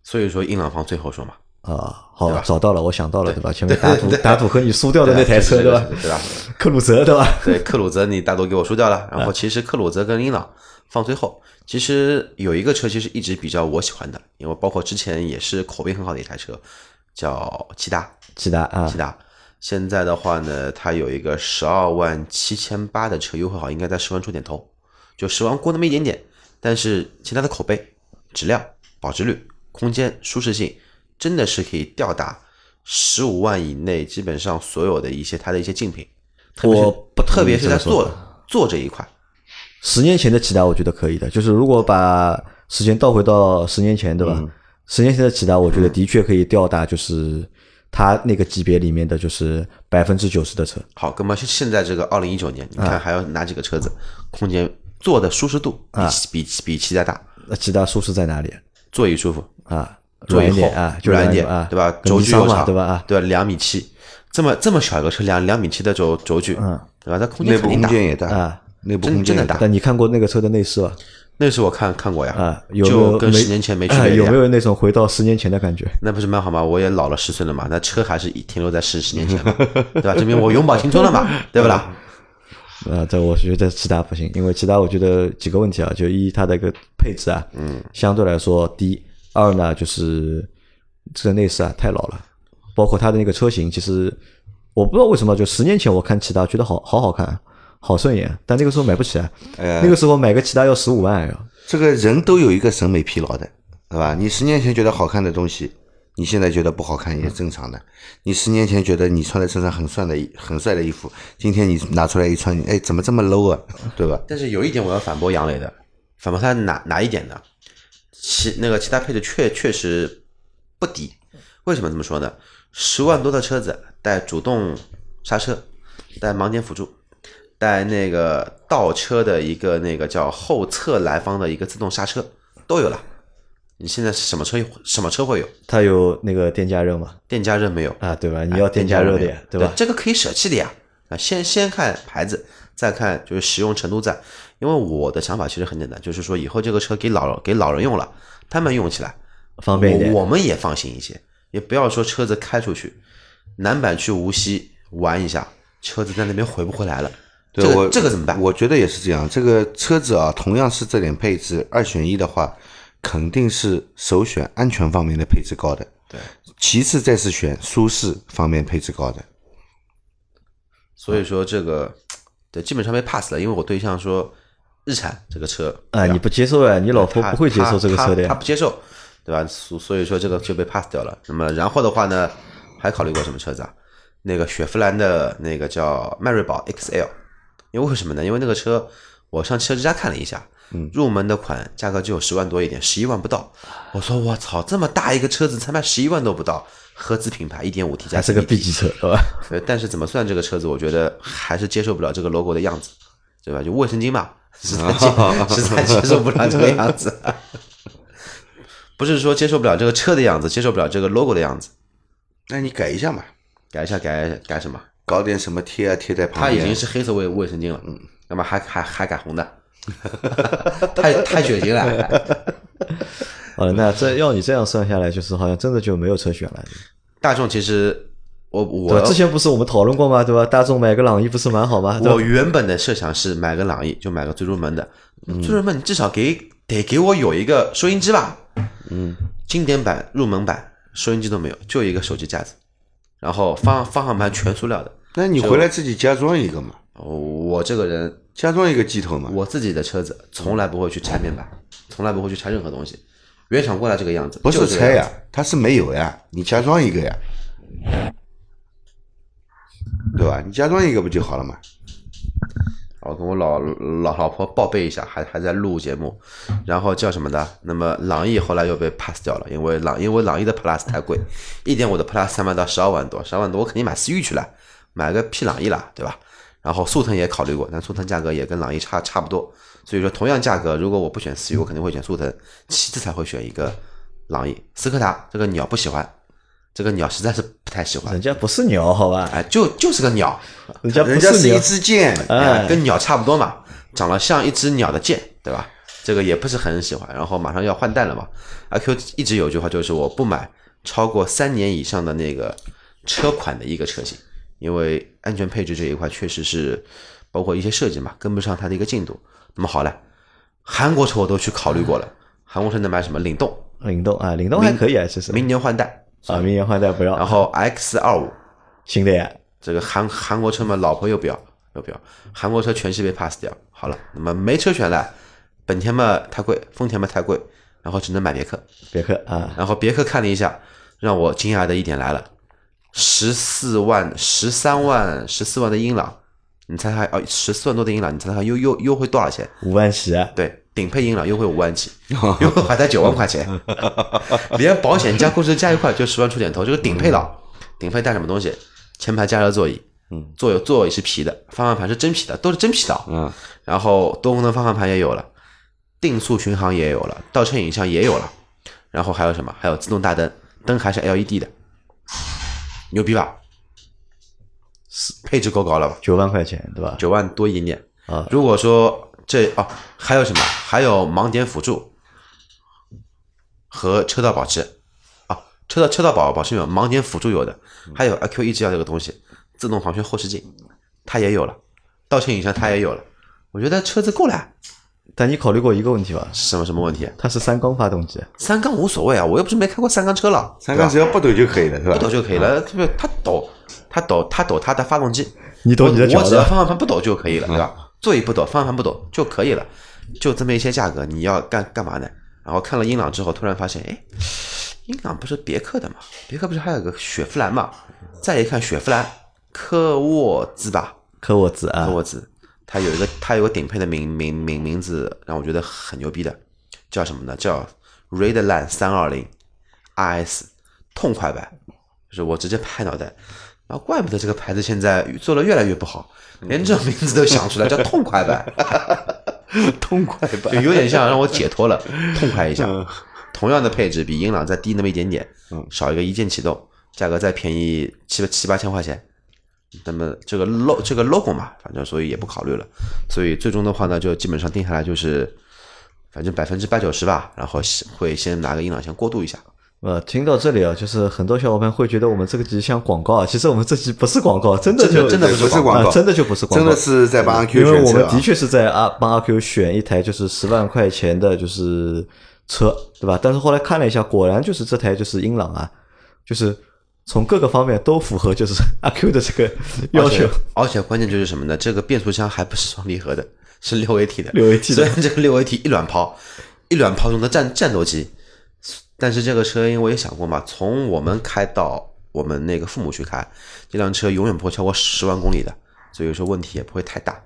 [SPEAKER 4] 所以说英朗放最后说嘛，
[SPEAKER 2] 啊，好
[SPEAKER 4] 对吧
[SPEAKER 2] 找到了，我想到了，
[SPEAKER 4] 对
[SPEAKER 2] 对吧？前面打赌打赌和你输掉的那台车，
[SPEAKER 4] 对
[SPEAKER 2] 吧？
[SPEAKER 4] 对吧？
[SPEAKER 2] 克鲁泽，对吧？
[SPEAKER 4] <laughs> 对，克鲁泽你大多给我输掉了。然后其实克鲁泽跟英朗放最后，其实有一个车其实一直比较我喜欢的，因为包括之前也是口碑很好的一台车，叫骐达，
[SPEAKER 2] 骐达啊
[SPEAKER 4] 骐，达。现在的话呢，它有一个十二万七千八的车优惠好，应该在十万出点头，就十万过那么一点点。但是其他的口碑、质量、保值率、空间、舒适性，真的是可以吊打十五万以内，基本上所有的一些它的一些竞品。特别是
[SPEAKER 2] 我不
[SPEAKER 4] 特别
[SPEAKER 2] 同意
[SPEAKER 4] 是在
[SPEAKER 2] 这个说
[SPEAKER 4] 做
[SPEAKER 2] 法
[SPEAKER 4] 做这一块，
[SPEAKER 2] 十年前的骐达我觉得可以的，就是如果把时间倒回到十年前，对
[SPEAKER 4] 嗯
[SPEAKER 2] 吧？十年前的骐达，我觉得的确可以吊打，就是它那个级别里面的就是百分之九十的车。
[SPEAKER 4] 好，那么现现在这个二零一九年，你
[SPEAKER 3] 啊
[SPEAKER 4] 看还有哪几个车子，空间坐的舒适度
[SPEAKER 3] 啊
[SPEAKER 4] 比起比起比骐达大，
[SPEAKER 2] 那骐达舒适在哪里
[SPEAKER 4] 座椅舒服，
[SPEAKER 2] 啊？
[SPEAKER 4] 座
[SPEAKER 2] 软
[SPEAKER 4] 椅
[SPEAKER 2] 一
[SPEAKER 4] 厚
[SPEAKER 2] 点啊，就
[SPEAKER 4] 软一点
[SPEAKER 2] 啊，
[SPEAKER 4] 对吧？
[SPEAKER 2] 跟
[SPEAKER 4] 轴
[SPEAKER 2] 尼
[SPEAKER 4] 距
[SPEAKER 2] 桑
[SPEAKER 4] 又
[SPEAKER 2] 嘛，
[SPEAKER 4] 长，
[SPEAKER 2] 对吧？啊，
[SPEAKER 4] 对吧？两米七，这么这么小一个车，两两米七的轴轴距，
[SPEAKER 2] 嗯，
[SPEAKER 4] 对吧？它空
[SPEAKER 3] 内
[SPEAKER 4] 间
[SPEAKER 3] 部
[SPEAKER 4] 肯定
[SPEAKER 3] 空
[SPEAKER 4] 大。
[SPEAKER 3] 间也大，
[SPEAKER 2] 啊
[SPEAKER 3] 内部
[SPEAKER 4] 真
[SPEAKER 3] 空
[SPEAKER 4] 真
[SPEAKER 3] 间
[SPEAKER 4] 的
[SPEAKER 3] 也
[SPEAKER 4] 大
[SPEAKER 2] 但你看过那个车的内饰吧？
[SPEAKER 4] 那时候我看看过呀，
[SPEAKER 2] 啊，有没有
[SPEAKER 4] 就跟
[SPEAKER 2] 没啊
[SPEAKER 4] 十年前没区别的呀
[SPEAKER 2] 有没有那种回到十年前的感觉？
[SPEAKER 4] 那不是蛮好吗？我也老了十岁了嘛，那车还是一停留在十十年前嘛，对吧？证明我永葆青春了嘛，对不啦？
[SPEAKER 2] 啊，这我觉得骐达不行，因为骐达我觉得几个问题啊，就一它的一个配置啊，嗯，相对来说低；二呢就是这个内饰啊太老了，包括它的那个车型，其实我不知道为什么，就十年前我看骐达觉得好好好看，啊好顺眼，但那个时候买不起啊，
[SPEAKER 4] 哎
[SPEAKER 2] 那个时候买个骐达要十五万啊，
[SPEAKER 3] 这个人都有一个审美疲劳的，对吧？你十年前觉得好看的东西，你现在觉得不好看也正常的。你十年前觉得你穿在身上很帅的衣很帅的衣服，今天你拿出来一穿，你哎，怎么这么 low 啊？对吧？
[SPEAKER 4] 但是有一点我要反驳杨磊的，反驳他哪哪一点呢？其那个其他配置确确实不低。为什么这么说呢？十万多的车子带主动刹车，带盲点辅助，带那个倒车的一个那个叫后侧来方的一个自动刹车都有了。你现在是什么车有什么车会有？
[SPEAKER 2] 它有那个电加热嘛？
[SPEAKER 4] 电加热没有？
[SPEAKER 2] 啊，对吧？你要
[SPEAKER 4] 哎电
[SPEAKER 2] 电加热的
[SPEAKER 4] 没有
[SPEAKER 2] 呀，
[SPEAKER 4] 对
[SPEAKER 2] 吧？
[SPEAKER 4] 这个可以舍弃的呀。啊，先先看牌子，再看就是使用程度在。因为我的想法其实很简单，就是说以后这个车给老给老人用了，他们用起来
[SPEAKER 2] 方便一点
[SPEAKER 4] 我，我们也放心一些。也不要说车子开出去，南坂去无锡玩一下，车子在那边回不回来了。
[SPEAKER 3] 对
[SPEAKER 4] 这个
[SPEAKER 3] 我
[SPEAKER 4] 这个怎么办？
[SPEAKER 3] 我觉得也是这样。这个车子啊，同样是这点配置，二选一的话，肯定是首选安全方面的配置高的，
[SPEAKER 4] 对，
[SPEAKER 3] 其次再是选舒适方面配置高的。
[SPEAKER 4] 所以说这个对基本上被 pass 了，因为我对象说日产这个车
[SPEAKER 2] 啊，你不接受啊？你老婆
[SPEAKER 4] 他
[SPEAKER 2] 不会接受这个车的
[SPEAKER 4] 他
[SPEAKER 2] 呀
[SPEAKER 4] 他不。接受，对吧？所所以说这个就被 pass 掉了。那么然后的话呢，还考虑过什么车子啊？那个雪佛兰的那个叫迈锐宝 XL，因为为什么呢？因为那个车我上汽车之家看了一下，嗯，入门的款价格只有十万多一点，十一万不到。我说我操，这么大一个车子才卖十一万都不到，合资品牌一点五 T 加
[SPEAKER 2] 还是个 B
[SPEAKER 4] CVT
[SPEAKER 2] 级车，对吧？
[SPEAKER 4] 呃，但是怎么算这个车子，我觉得还是接受不了这个 logo 的样子，对吧？就卫生巾嘛，实在接
[SPEAKER 2] <laughs>
[SPEAKER 4] 实在接受不了这个样子。 <laughs> 不是说接受不了这个车的样子，接受不了这个 logo 的样子，
[SPEAKER 3] 那你改一下嘛，
[SPEAKER 4] 改一下改改什么？
[SPEAKER 3] 搞点什么贴啊贴在旁
[SPEAKER 4] 它
[SPEAKER 3] 边。
[SPEAKER 4] 已经是黑色卫卫生巾了，嗯，那么还还还改红的， <laughs> 太太血腥了。 <laughs>
[SPEAKER 2] 好了，哦那这要你这样算下来，就是好像真的就没有车选了。
[SPEAKER 4] 大众其实我我
[SPEAKER 2] 对吧？之前不是我们讨论过吗？对吧？大众买个朗逸不是蛮好吗？啊对吧
[SPEAKER 4] 我原本的设想是买个朗逸，就买个最入门的。最入门你至少给得给我有一个收音机吧。嗯，经典版、入门版收音机都没有，就一个手机架子，然后方方向盘全塑料的。
[SPEAKER 3] 那你回来自己加装一个嘛，
[SPEAKER 4] 我这个人，
[SPEAKER 3] 加装一个机头嘛。
[SPEAKER 4] 我自己的车子从来不会去拆面板，从来不会去拆任何东西。原厂过来这个样子，
[SPEAKER 3] 不
[SPEAKER 4] 就是这个
[SPEAKER 3] 拆
[SPEAKER 4] 样
[SPEAKER 3] 呀
[SPEAKER 4] 子，
[SPEAKER 3] 它是没有呀，你加装一个呀，对吧？你加装一个不就好了嘛？
[SPEAKER 4] 我哦跟我老老老婆报备一下，还还在录节目，然后叫什么的？那么朗逸后来又被 pass 掉了，因为朗因为朗逸的 plus 太贵，一点五的 plus 才卖到十二万多，十二万多我肯定买思域去了，买个屁朗逸了，对吧？然后速腾也考虑过，但速腾价格也跟朗逸差差不多，所以说同样价格，如果我不选思域，我肯定会选速腾，其次才会选一个朗逸。斯柯达这个鸟不喜欢，这个鸟实在是不太喜欢
[SPEAKER 2] 人，家不是鸟，好吧？
[SPEAKER 4] 哎，就就是个鸟，
[SPEAKER 2] 人家不
[SPEAKER 3] 人家是
[SPEAKER 2] 鸟
[SPEAKER 3] 一，支箭，
[SPEAKER 4] 哎
[SPEAKER 2] 哎，
[SPEAKER 4] 跟鸟差不多嘛，长得像一只鸟的剑，对吧？这个也不是很喜欢，然后马上要换代了嘛。阿 Q 一直有句话就是我不买超过三年以上的那个车款的一个车型，因为安全配置这一块确实是包括一些设计嘛，跟不上它的一个进度。那么好了，韩国车我都去考虑过了，韩国车能买什么？领动，
[SPEAKER 2] 领动啊，领动还可以啊，其实
[SPEAKER 4] 明年换代，
[SPEAKER 2] 啊，明年换代不
[SPEAKER 4] 然
[SPEAKER 2] 要，
[SPEAKER 4] 后 X 二五
[SPEAKER 2] 新的呀，
[SPEAKER 4] 这个韩韩国车嘛，老婆又不要，又不要，韩国车全系被 pass 掉。好了，那么没车选了，本田嘛太贵，丰田嘛太贵，然后只能买别克。
[SPEAKER 2] 别克啊，
[SPEAKER 4] 然后别克看了一下，让我惊讶的一点来了，十四万、十三万、十四万的英朗，你猜它哦，十四万多的英朗，你猜它优优优惠多少钱？
[SPEAKER 2] 五万起啊，
[SPEAKER 4] 对，顶配英朗优惠五万起，优惠还才九万块钱， <laughs> 连保险加购置加一块就十万出点头。这个顶配了，顶配带什么东西？前排加热座椅，嗯，座椅座椅是皮的，方向盘是真皮的，都是真皮的，
[SPEAKER 3] 嗯，
[SPEAKER 4] 然后多功能方向盘也有了，定速巡航也有了，倒车影像也有了，然后还有什么？还有自动大灯，灯还是 LED 的，牛逼吧？是配置够高了吧？
[SPEAKER 2] 九万块钱对吧？
[SPEAKER 4] 九万多一点点
[SPEAKER 2] 啊
[SPEAKER 4] 如果说这哦，还有什么？还有盲点辅助和车道保持啊，车道车道保保持没有，盲点辅助有的，还有 AQ 一直要这个东西，自动防眩后视镜它也有了，倒车影像它也有了。我觉得车子够了，
[SPEAKER 2] 但你考虑过一个问题吧？
[SPEAKER 4] 是什么什么问题？
[SPEAKER 2] 它是三缸发动机，
[SPEAKER 4] 三缸无所谓啊，我又不是没开过三缸车了，
[SPEAKER 3] 三缸只要不抖就可以了，是吧？
[SPEAKER 4] 不抖就可以了，对不对？它抖，它抖，它抖它的发动机，
[SPEAKER 2] 你抖你的
[SPEAKER 4] 我
[SPEAKER 2] 脚
[SPEAKER 4] 只要
[SPEAKER 2] 的，
[SPEAKER 4] 方向盘不抖就可以了，对吧？
[SPEAKER 3] 啊
[SPEAKER 4] 座椅不抖，方向盘不抖就可以了，就这么一些价格，你要干干嘛呢？然后看了英朗之后，突然发现，哎，英朗不是别克的嘛？别克不是还有个雪佛兰嘛？再一看雪佛兰科沃兹吧，
[SPEAKER 2] 科沃兹啊
[SPEAKER 4] 科，沃兹，它有一个它有个顶配的名名名名字，让我觉得很牛逼的，叫什么呢？叫 Redline 三二零 RS 痛快版，就是我直接拍脑袋。啊，怪不得这个牌子现在做的越来越不好，连这名字都想出来，叫痛快版。
[SPEAKER 3] <laughs> 痛快版
[SPEAKER 4] 就有点像让我解脱了，痛快一下
[SPEAKER 3] 嗯。
[SPEAKER 4] 同样的配置比英朗再低那么一点点
[SPEAKER 3] 嗯，
[SPEAKER 4] 少一个一键启动，价格再便宜七七八千块钱。那么这个 log 这个 logo 嘛，反正所以也不考虑了。所以最终的话呢，就基本上定下来就是，反正百分之八九十吧，然后先会先拿个英朗先过渡一下。
[SPEAKER 2] 呃，听到这里啊，就是很多小伙伴会觉得我们这个集像广告啊，其实我们这集不是广告，真的
[SPEAKER 4] 真的
[SPEAKER 2] 就
[SPEAKER 4] 真的不是
[SPEAKER 2] 啊
[SPEAKER 3] 广告
[SPEAKER 2] 真的就不是广
[SPEAKER 3] 真
[SPEAKER 2] 告，
[SPEAKER 3] 的是在帮阿 Q
[SPEAKER 2] 因为
[SPEAKER 3] 选
[SPEAKER 2] 我
[SPEAKER 3] 车
[SPEAKER 2] 们的
[SPEAKER 3] 啊！
[SPEAKER 2] 确是在阿帮阿 Q 选一台就是十万块钱的，就是车，对吧？但是后来看了一下，果然就是这台就是英朗啊，就是从各个方面都符合就是阿 Q 的这个要求
[SPEAKER 4] 而且。而且关键就是什么呢？这个变速箱还不是双离合的，是六 AT 的。
[SPEAKER 2] 六 AT 的
[SPEAKER 4] 虽然这个六 AT 一卵炮，一卵炮中的战战斗机，但是这个车因为我也想过嘛，从我们开到我们那个父母去开，这辆车永远不会超过十万公里的，所以说问题也不会太大。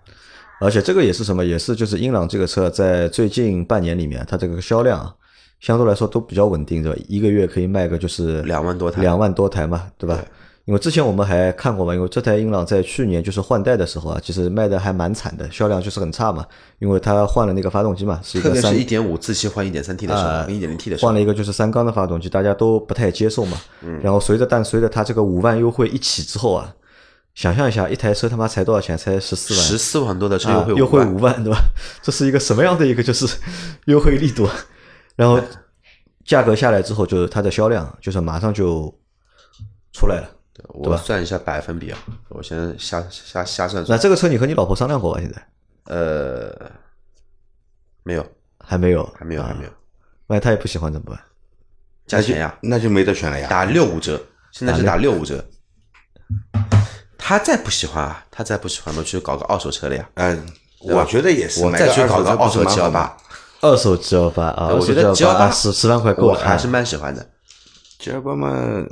[SPEAKER 2] 而且这个也是什么？也是就是英朗这个车在最近半年里面，它这个销量啊相对来说都比较稳定，对吧？一个月可以卖个就是
[SPEAKER 4] 两万多台
[SPEAKER 2] 两万多台嘛，对吧？
[SPEAKER 4] 对
[SPEAKER 2] 因为之前我们还看过嘛，因为这台英朗在去年就是换代的时候啊，其实卖的还蛮惨的，销量就是很差嘛，因为它换了那个发动机嘛，是一
[SPEAKER 4] 特
[SPEAKER 2] 个
[SPEAKER 4] 别
[SPEAKER 2] 三
[SPEAKER 4] 是一点五自吸换一点三 T 的时候，
[SPEAKER 2] 啊，
[SPEAKER 4] 跟一点零 T 的时候，
[SPEAKER 2] 换了一个就是三缸的发动机，大家都不太接受嘛。
[SPEAKER 4] 嗯
[SPEAKER 2] 然后随着但随着它这个五万优惠一起之后啊，想象一下，一台车他妈才多少钱？才十四万，
[SPEAKER 4] 十四万多的车
[SPEAKER 2] 啊
[SPEAKER 4] 优
[SPEAKER 2] 优惠
[SPEAKER 4] 惠
[SPEAKER 2] 五万，对吧？ <laughs> 这是一个什么样的一个就是优惠力度啊？然后价格下来之后，就是它的销量就是马上就出来了。
[SPEAKER 4] 我算一下百分比啊，我先瞎瞎瞎算
[SPEAKER 2] 那
[SPEAKER 4] 算，
[SPEAKER 2] 这个车你和你老婆商量过吧？现在
[SPEAKER 4] 呃，没有，
[SPEAKER 2] 还没有，
[SPEAKER 4] 还没有，还没
[SPEAKER 2] 啊
[SPEAKER 4] 有。
[SPEAKER 2] 万一她也不喜欢怎么办？
[SPEAKER 4] 加钱呀，
[SPEAKER 3] 那就没得选了呀！
[SPEAKER 4] 打六五折，现在是打六五折。他再不喜欢啊，他再不喜欢，我们去搞个二手车了呀。
[SPEAKER 3] 嗯，我觉得也是，
[SPEAKER 4] 我
[SPEAKER 3] 买
[SPEAKER 4] 再去
[SPEAKER 3] 二
[SPEAKER 4] 搞个
[SPEAKER 3] 手
[SPEAKER 4] 二
[SPEAKER 3] 不是
[SPEAKER 4] 手
[SPEAKER 3] 蛮
[SPEAKER 4] 七幺
[SPEAKER 3] 好吗
[SPEAKER 4] 八，，
[SPEAKER 2] 二手 G 幺八啊，
[SPEAKER 4] 对我觉得
[SPEAKER 2] G 幺
[SPEAKER 4] G28
[SPEAKER 2] 八十十万块啊够
[SPEAKER 4] 我
[SPEAKER 2] 了，
[SPEAKER 3] 啊
[SPEAKER 4] 还是蛮喜欢的。
[SPEAKER 3] 七幺八嘛，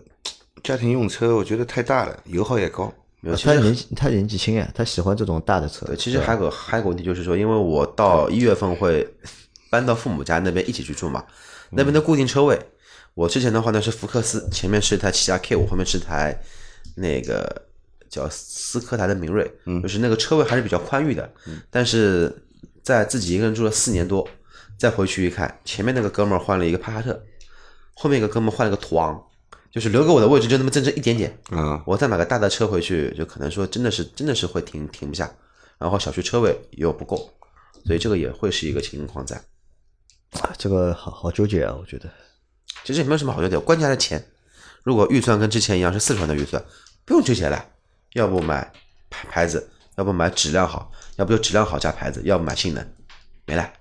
[SPEAKER 3] 家庭用车我觉得太大了，油耗也高。
[SPEAKER 4] 没有，其
[SPEAKER 2] 他
[SPEAKER 4] 实
[SPEAKER 2] 年纪他年纪轻呀，啊他喜欢这种大的车。
[SPEAKER 4] 对，其实还有个还有个问题就是说，因为我到一月份会搬到父母家那边一起去住嘛，那边的固定车位，我之前的话呢是福克斯，前面是一台起亚 K 五，后面是台那个叫斯柯达的明锐，就是那个车位还是比较宽裕的，但是在自己一个人住了四年多，再回去一看，前面那个哥们儿换了一个帕萨特，后面一个哥们儿换了个途昂，就是留给我的位置就那么整整一点点，
[SPEAKER 3] 嗯，
[SPEAKER 4] 我再买个大的车回去，就可能说真的是真的是会停停不下，然后小区车位又不够，所以这个也会是一个情况在。
[SPEAKER 2] 啊这个好好纠结啊，我觉得。
[SPEAKER 4] 其实也没有什么好纠结，关键还是钱。如果预算跟之前一样是四十万的预算，不用纠结了，要不买牌牌子，要不买质量好，要不就质量好加牌子，要不买性能，没了。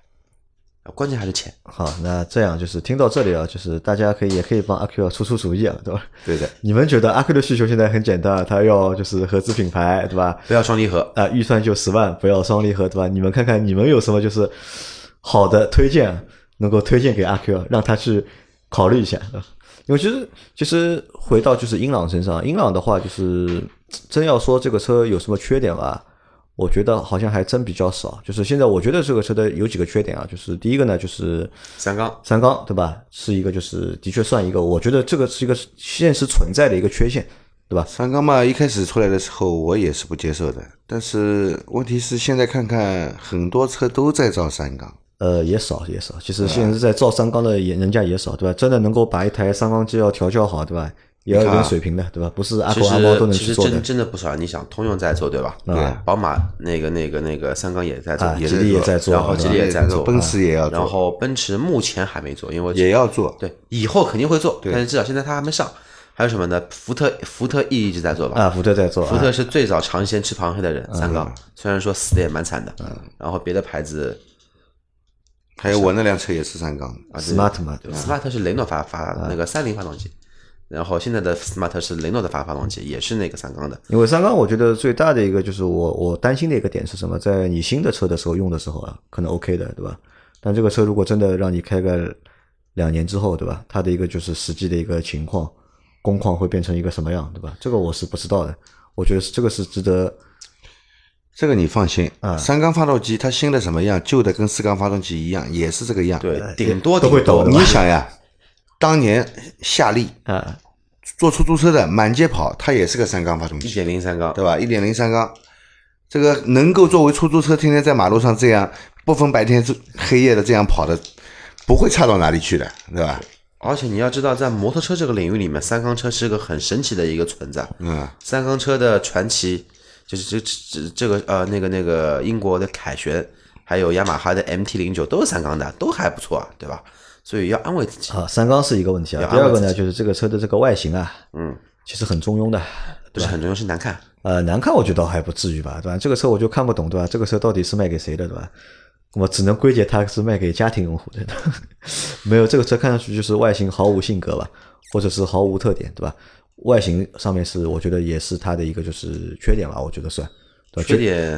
[SPEAKER 4] 关键还是钱。
[SPEAKER 2] 好，那这样就是听到这里啊，就是大家可以也可以帮阿 Q 啊出出主意啊，对吧？
[SPEAKER 3] 对的，
[SPEAKER 2] 你们觉得阿 Q 的需求现在很简单啊，他要就是合资品牌，对吧？
[SPEAKER 4] 不要双离合，
[SPEAKER 2] 啊，预算就十万，不要双离合，对吧？你们看看你们有什么就是好的推荐，能够推荐给阿 Q，让他去考虑一下。啊因为其实其实回到就是英朗身上，英朗的话就是真要说这个车有什么缺点吧，我觉得好像还真比较少。就是现在我觉得这个车的有几个缺点啊，就是第一个呢就是
[SPEAKER 4] 三缸
[SPEAKER 2] 三缸，对吧？是一个就是的确算一个，我觉得这个是一个现实存在的一个缺陷，对吧？
[SPEAKER 3] 三缸嘛，一开始出来的时候我也是不接受的，但是问题是现在看看很多车都在造三缸，
[SPEAKER 2] 呃，也少也少，其实
[SPEAKER 4] 啊
[SPEAKER 2] 现在在造三缸的也人家也少，对吧？真的能够把一台三缸机要调教好，对吧？也要有点水平的，对吧？不是阿
[SPEAKER 4] 啊其
[SPEAKER 2] 狗阿猫都
[SPEAKER 4] 实
[SPEAKER 2] 能
[SPEAKER 4] 其
[SPEAKER 2] 去
[SPEAKER 4] 实
[SPEAKER 2] 做的
[SPEAKER 4] 真真的不少。你想，通用在做对吧？
[SPEAKER 2] 啊
[SPEAKER 4] 宝马那个那个那个三缸也在做
[SPEAKER 2] 啊，
[SPEAKER 4] 也
[SPEAKER 2] 吉利也在做
[SPEAKER 4] 然后
[SPEAKER 2] 对
[SPEAKER 4] 吉
[SPEAKER 2] 吧
[SPEAKER 4] 利也在做，啊
[SPEAKER 3] 奔驰也要做，
[SPEAKER 4] 然后奔驰目前还没做，因为
[SPEAKER 3] 也要做，
[SPEAKER 4] 对以后肯定会做，
[SPEAKER 3] 对
[SPEAKER 4] 但是至少现在它还没上。还有什么呢？福特福特 E 一直在做吧？
[SPEAKER 2] 啊，福特在做，
[SPEAKER 4] 福特
[SPEAKER 2] 啊
[SPEAKER 4] 是最早尝鲜吃螃蟹的人，三缸虽然说死的也蛮惨的，然后别的牌子
[SPEAKER 3] 还有我那辆车也是三缸，
[SPEAKER 4] 啊对
[SPEAKER 2] smart 嘛，
[SPEAKER 4] 对 smart 是雷诺发发那个三菱发动机，然后现在的 smart 是雷诺的发发动机，也是那个三缸的，
[SPEAKER 2] 因为三缸，我觉得最大的一个就是我我担心的一个点是什么？在你新的车的时候用的时候啊，可能 OK 的，对吧？但这个车如果真的让你开个两年之后，对吧？它的一个就是实际的一个情况，工况会变成一个什么样，对吧？这个我是不知道的。我觉得是这个是值得
[SPEAKER 3] 这个你放心
[SPEAKER 4] 啊
[SPEAKER 2] 嗯
[SPEAKER 3] 三缸发动机它新的什么样，旧的跟四缸发动机一样，也是这个样。
[SPEAKER 4] 对，顶多
[SPEAKER 2] 都会
[SPEAKER 4] 顶多
[SPEAKER 2] 抖的
[SPEAKER 3] 你
[SPEAKER 2] 吧
[SPEAKER 3] 想呀，当年夏利
[SPEAKER 2] 啊，
[SPEAKER 3] 做出租车的满街跑，它也是个三缸发动
[SPEAKER 4] 一
[SPEAKER 3] 机，
[SPEAKER 4] 点零三缸，
[SPEAKER 3] 对吧？一点零三缸，这个能够作为出租车天天在马路上这样不分白天黑夜的这样跑的，不会差到哪里去的，对吧？
[SPEAKER 4] 而且你要知道，在摩托车这个领域里面，三缸车是一个很神奇的一个存在。
[SPEAKER 3] 嗯，
[SPEAKER 4] 三缸车的传奇就是这这这个呃那个那个英国的凯旋，还有雅马哈的 MT 零九都是三缸的，都还不错啊，对吧？所以要安慰自己，
[SPEAKER 2] 好，三缸是一个问题啊
[SPEAKER 4] 要。
[SPEAKER 2] 第
[SPEAKER 4] 安慰
[SPEAKER 2] 二个呢，
[SPEAKER 4] 自己
[SPEAKER 2] 就是这个车的这个外形啊，
[SPEAKER 4] 嗯，
[SPEAKER 2] 其实很中庸的。
[SPEAKER 4] 不是很重要，是难看。
[SPEAKER 2] 呃，难看我觉得倒还不至于吧，对吧？这个车我就看不懂，对吧？这个车到底是卖给谁的，对吧？我只能归结它是卖给家庭用户的， <laughs> 没有这个车看上去就是外形毫无性格吧，或者是毫无特点，对吧？外形上面是我觉得也是它的一个就是缺点吧，我觉得算。对吧
[SPEAKER 4] 缺点，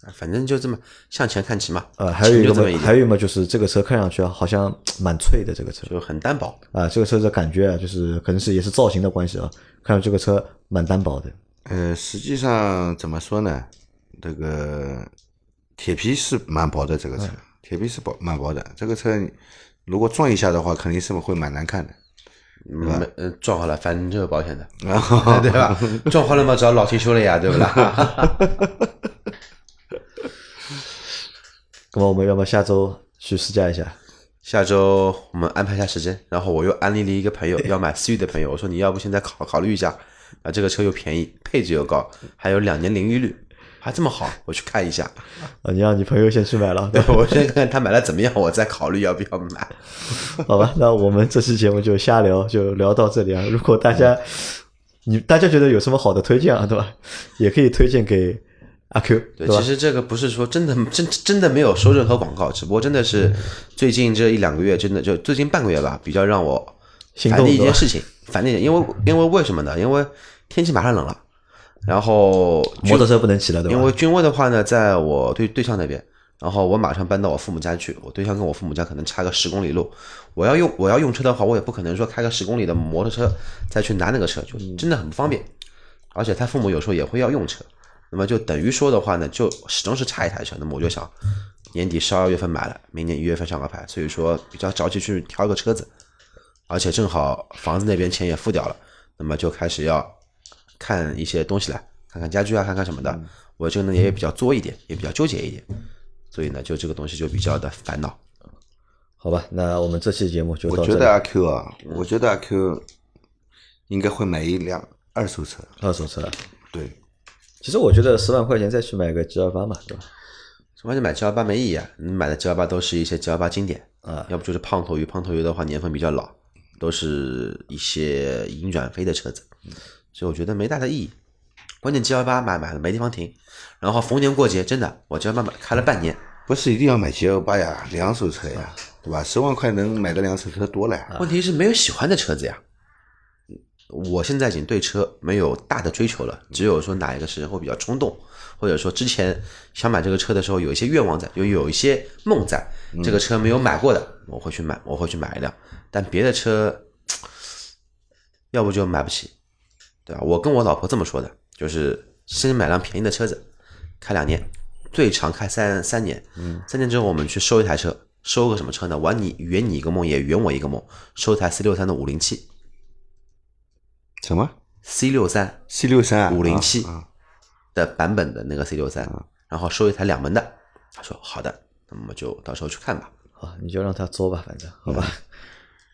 [SPEAKER 4] 啊反正就这么向前看齐嘛。
[SPEAKER 2] 呃，还有一
[SPEAKER 4] 就
[SPEAKER 2] 个
[SPEAKER 4] 这么一
[SPEAKER 2] 嘛，还
[SPEAKER 4] 点，
[SPEAKER 2] 有一个嘛就是这个车看上去啊好像蛮脆的，这个车
[SPEAKER 4] 就很单薄。
[SPEAKER 2] 啊、这个车的感觉啊，就是可能是也是造型的关系啊，看上去这个车蛮单薄的。
[SPEAKER 3] 呃，实际上怎么说呢？这个铁皮是蛮薄的，这个
[SPEAKER 2] 嗯
[SPEAKER 3] 车、铁皮是薄蛮薄的。这个车你如果撞一下的话，肯定是会蛮难看的。
[SPEAKER 4] 没呃撞好了，反正就有保险的，
[SPEAKER 2] <laughs>
[SPEAKER 3] 然后
[SPEAKER 4] <laughs> 对吧？撞坏了嘛，找老秦修了呀，对不啦？
[SPEAKER 2] 那么我们要么下周去试驾一下。
[SPEAKER 4] 下周我们安排一下时间，然后我又安利了一个朋友要买思域的朋友，我说你要不现在考考虑一下，啊，这个车又便宜，配置又高，还有两年零利率，还这么好，我去看一下。 <laughs>
[SPEAKER 2] 啊，你让你朋友先去买了， <laughs> 对吧？
[SPEAKER 4] 我先看看他买了怎么样，我再考虑要不要买。
[SPEAKER 2] 好吧，那我们这期节目就瞎聊，就聊到这里啊。如果大家你大家觉得有什么好的推荐啊，对吧？也可以推荐给阿 Q，对
[SPEAKER 4] 对，
[SPEAKER 2] 吧
[SPEAKER 4] 其？实这个不是说真的，真真的没有收任何广告，只不过真的是最近这一两个月，真的就最近半个月吧，比较让我
[SPEAKER 2] 心
[SPEAKER 4] 烦
[SPEAKER 2] 动
[SPEAKER 4] 的一
[SPEAKER 2] 对吧
[SPEAKER 4] 件事情，烦的一件，因为因为为什么呢？因为天气马上冷了，然后
[SPEAKER 2] 摩托车不能骑了，对吧？
[SPEAKER 4] 因为君威的话呢，在我对对象那边，然后我马上搬到我父母家去，我对象跟我父母家可能差个十公里路，我要用我要用车的话，我也不可能说开个十公里的摩托车再去拿那个车，就
[SPEAKER 2] 嗯
[SPEAKER 4] 真的很不方便。而且他父母有时候也会要用车，那么就等于说的话呢，就始终是差一台车。那么我就想，年底十二月份买了，明年一月份上个牌，所以说比较着急去挑一个车子，而且正好房子那边钱也付掉了，那么就开始要看一些东西了，看看家具啊，看看什么的。我这个呢也比较作一点，也比较纠结一点，所以呢，就这个东西就比较的烦恼。
[SPEAKER 2] 好吧，那我们这期节目就
[SPEAKER 3] 我
[SPEAKER 2] 到这
[SPEAKER 3] 觉
[SPEAKER 2] 里
[SPEAKER 3] 得。阿 Q 啊，我觉得阿 Q 应该会买一辆二手车。
[SPEAKER 2] 二手车，啊
[SPEAKER 3] 对，
[SPEAKER 2] 其实我觉得十万块钱再去买个 G 二八嘛，对吧？
[SPEAKER 4] 关键买 G 幺八没意义啊，你买的 G 幺八都是一些 G 幺八经典
[SPEAKER 2] 啊
[SPEAKER 4] 要不就是胖头鱼，胖头鱼的话年份比较老，都是一些已经转非的车子，所以我觉得没大的意义。关键 G 幺八买买了没地方停，然后逢年过节真的我 G 幺八买开了半年，
[SPEAKER 3] 不是一定要买 G L 八呀，两手车呀，对吧？十万块能买的两手车多了呀。
[SPEAKER 4] 问题是没有喜欢的车子呀。我现在已经对车没有大的追求了，只有说哪一个时候比较冲动，或者说之前想买这个车的时候有一些愿望在，有有一些梦在，这个车没有买过的，我会去买，我会去买一辆。但别的车，要不就买不起，对吧？我跟我老婆这么说的，就是先买辆便宜的车子，开两年，最长开三三年，三年之后我们去收一台车，收个什么车呢？玩你圆你一个梦，也圆我一个梦，收一台 C 六三的五零七
[SPEAKER 3] 什么
[SPEAKER 4] ，C 六三
[SPEAKER 3] C 六三
[SPEAKER 4] 五零七
[SPEAKER 3] 啊，
[SPEAKER 4] 的版本的那个 C 六三，然后收一台两门的。他说好的，那么就到时候去看吧。
[SPEAKER 2] 好，你就让他作吧，反正好吧。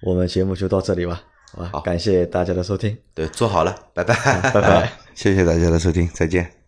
[SPEAKER 2] 我们节目就到这里吧，好吧？
[SPEAKER 4] 好
[SPEAKER 2] 感谢大家的收听，
[SPEAKER 4] 对，做好了，拜拜。
[SPEAKER 2] 拜拜。
[SPEAKER 3] 谢谢大家的收听，再见。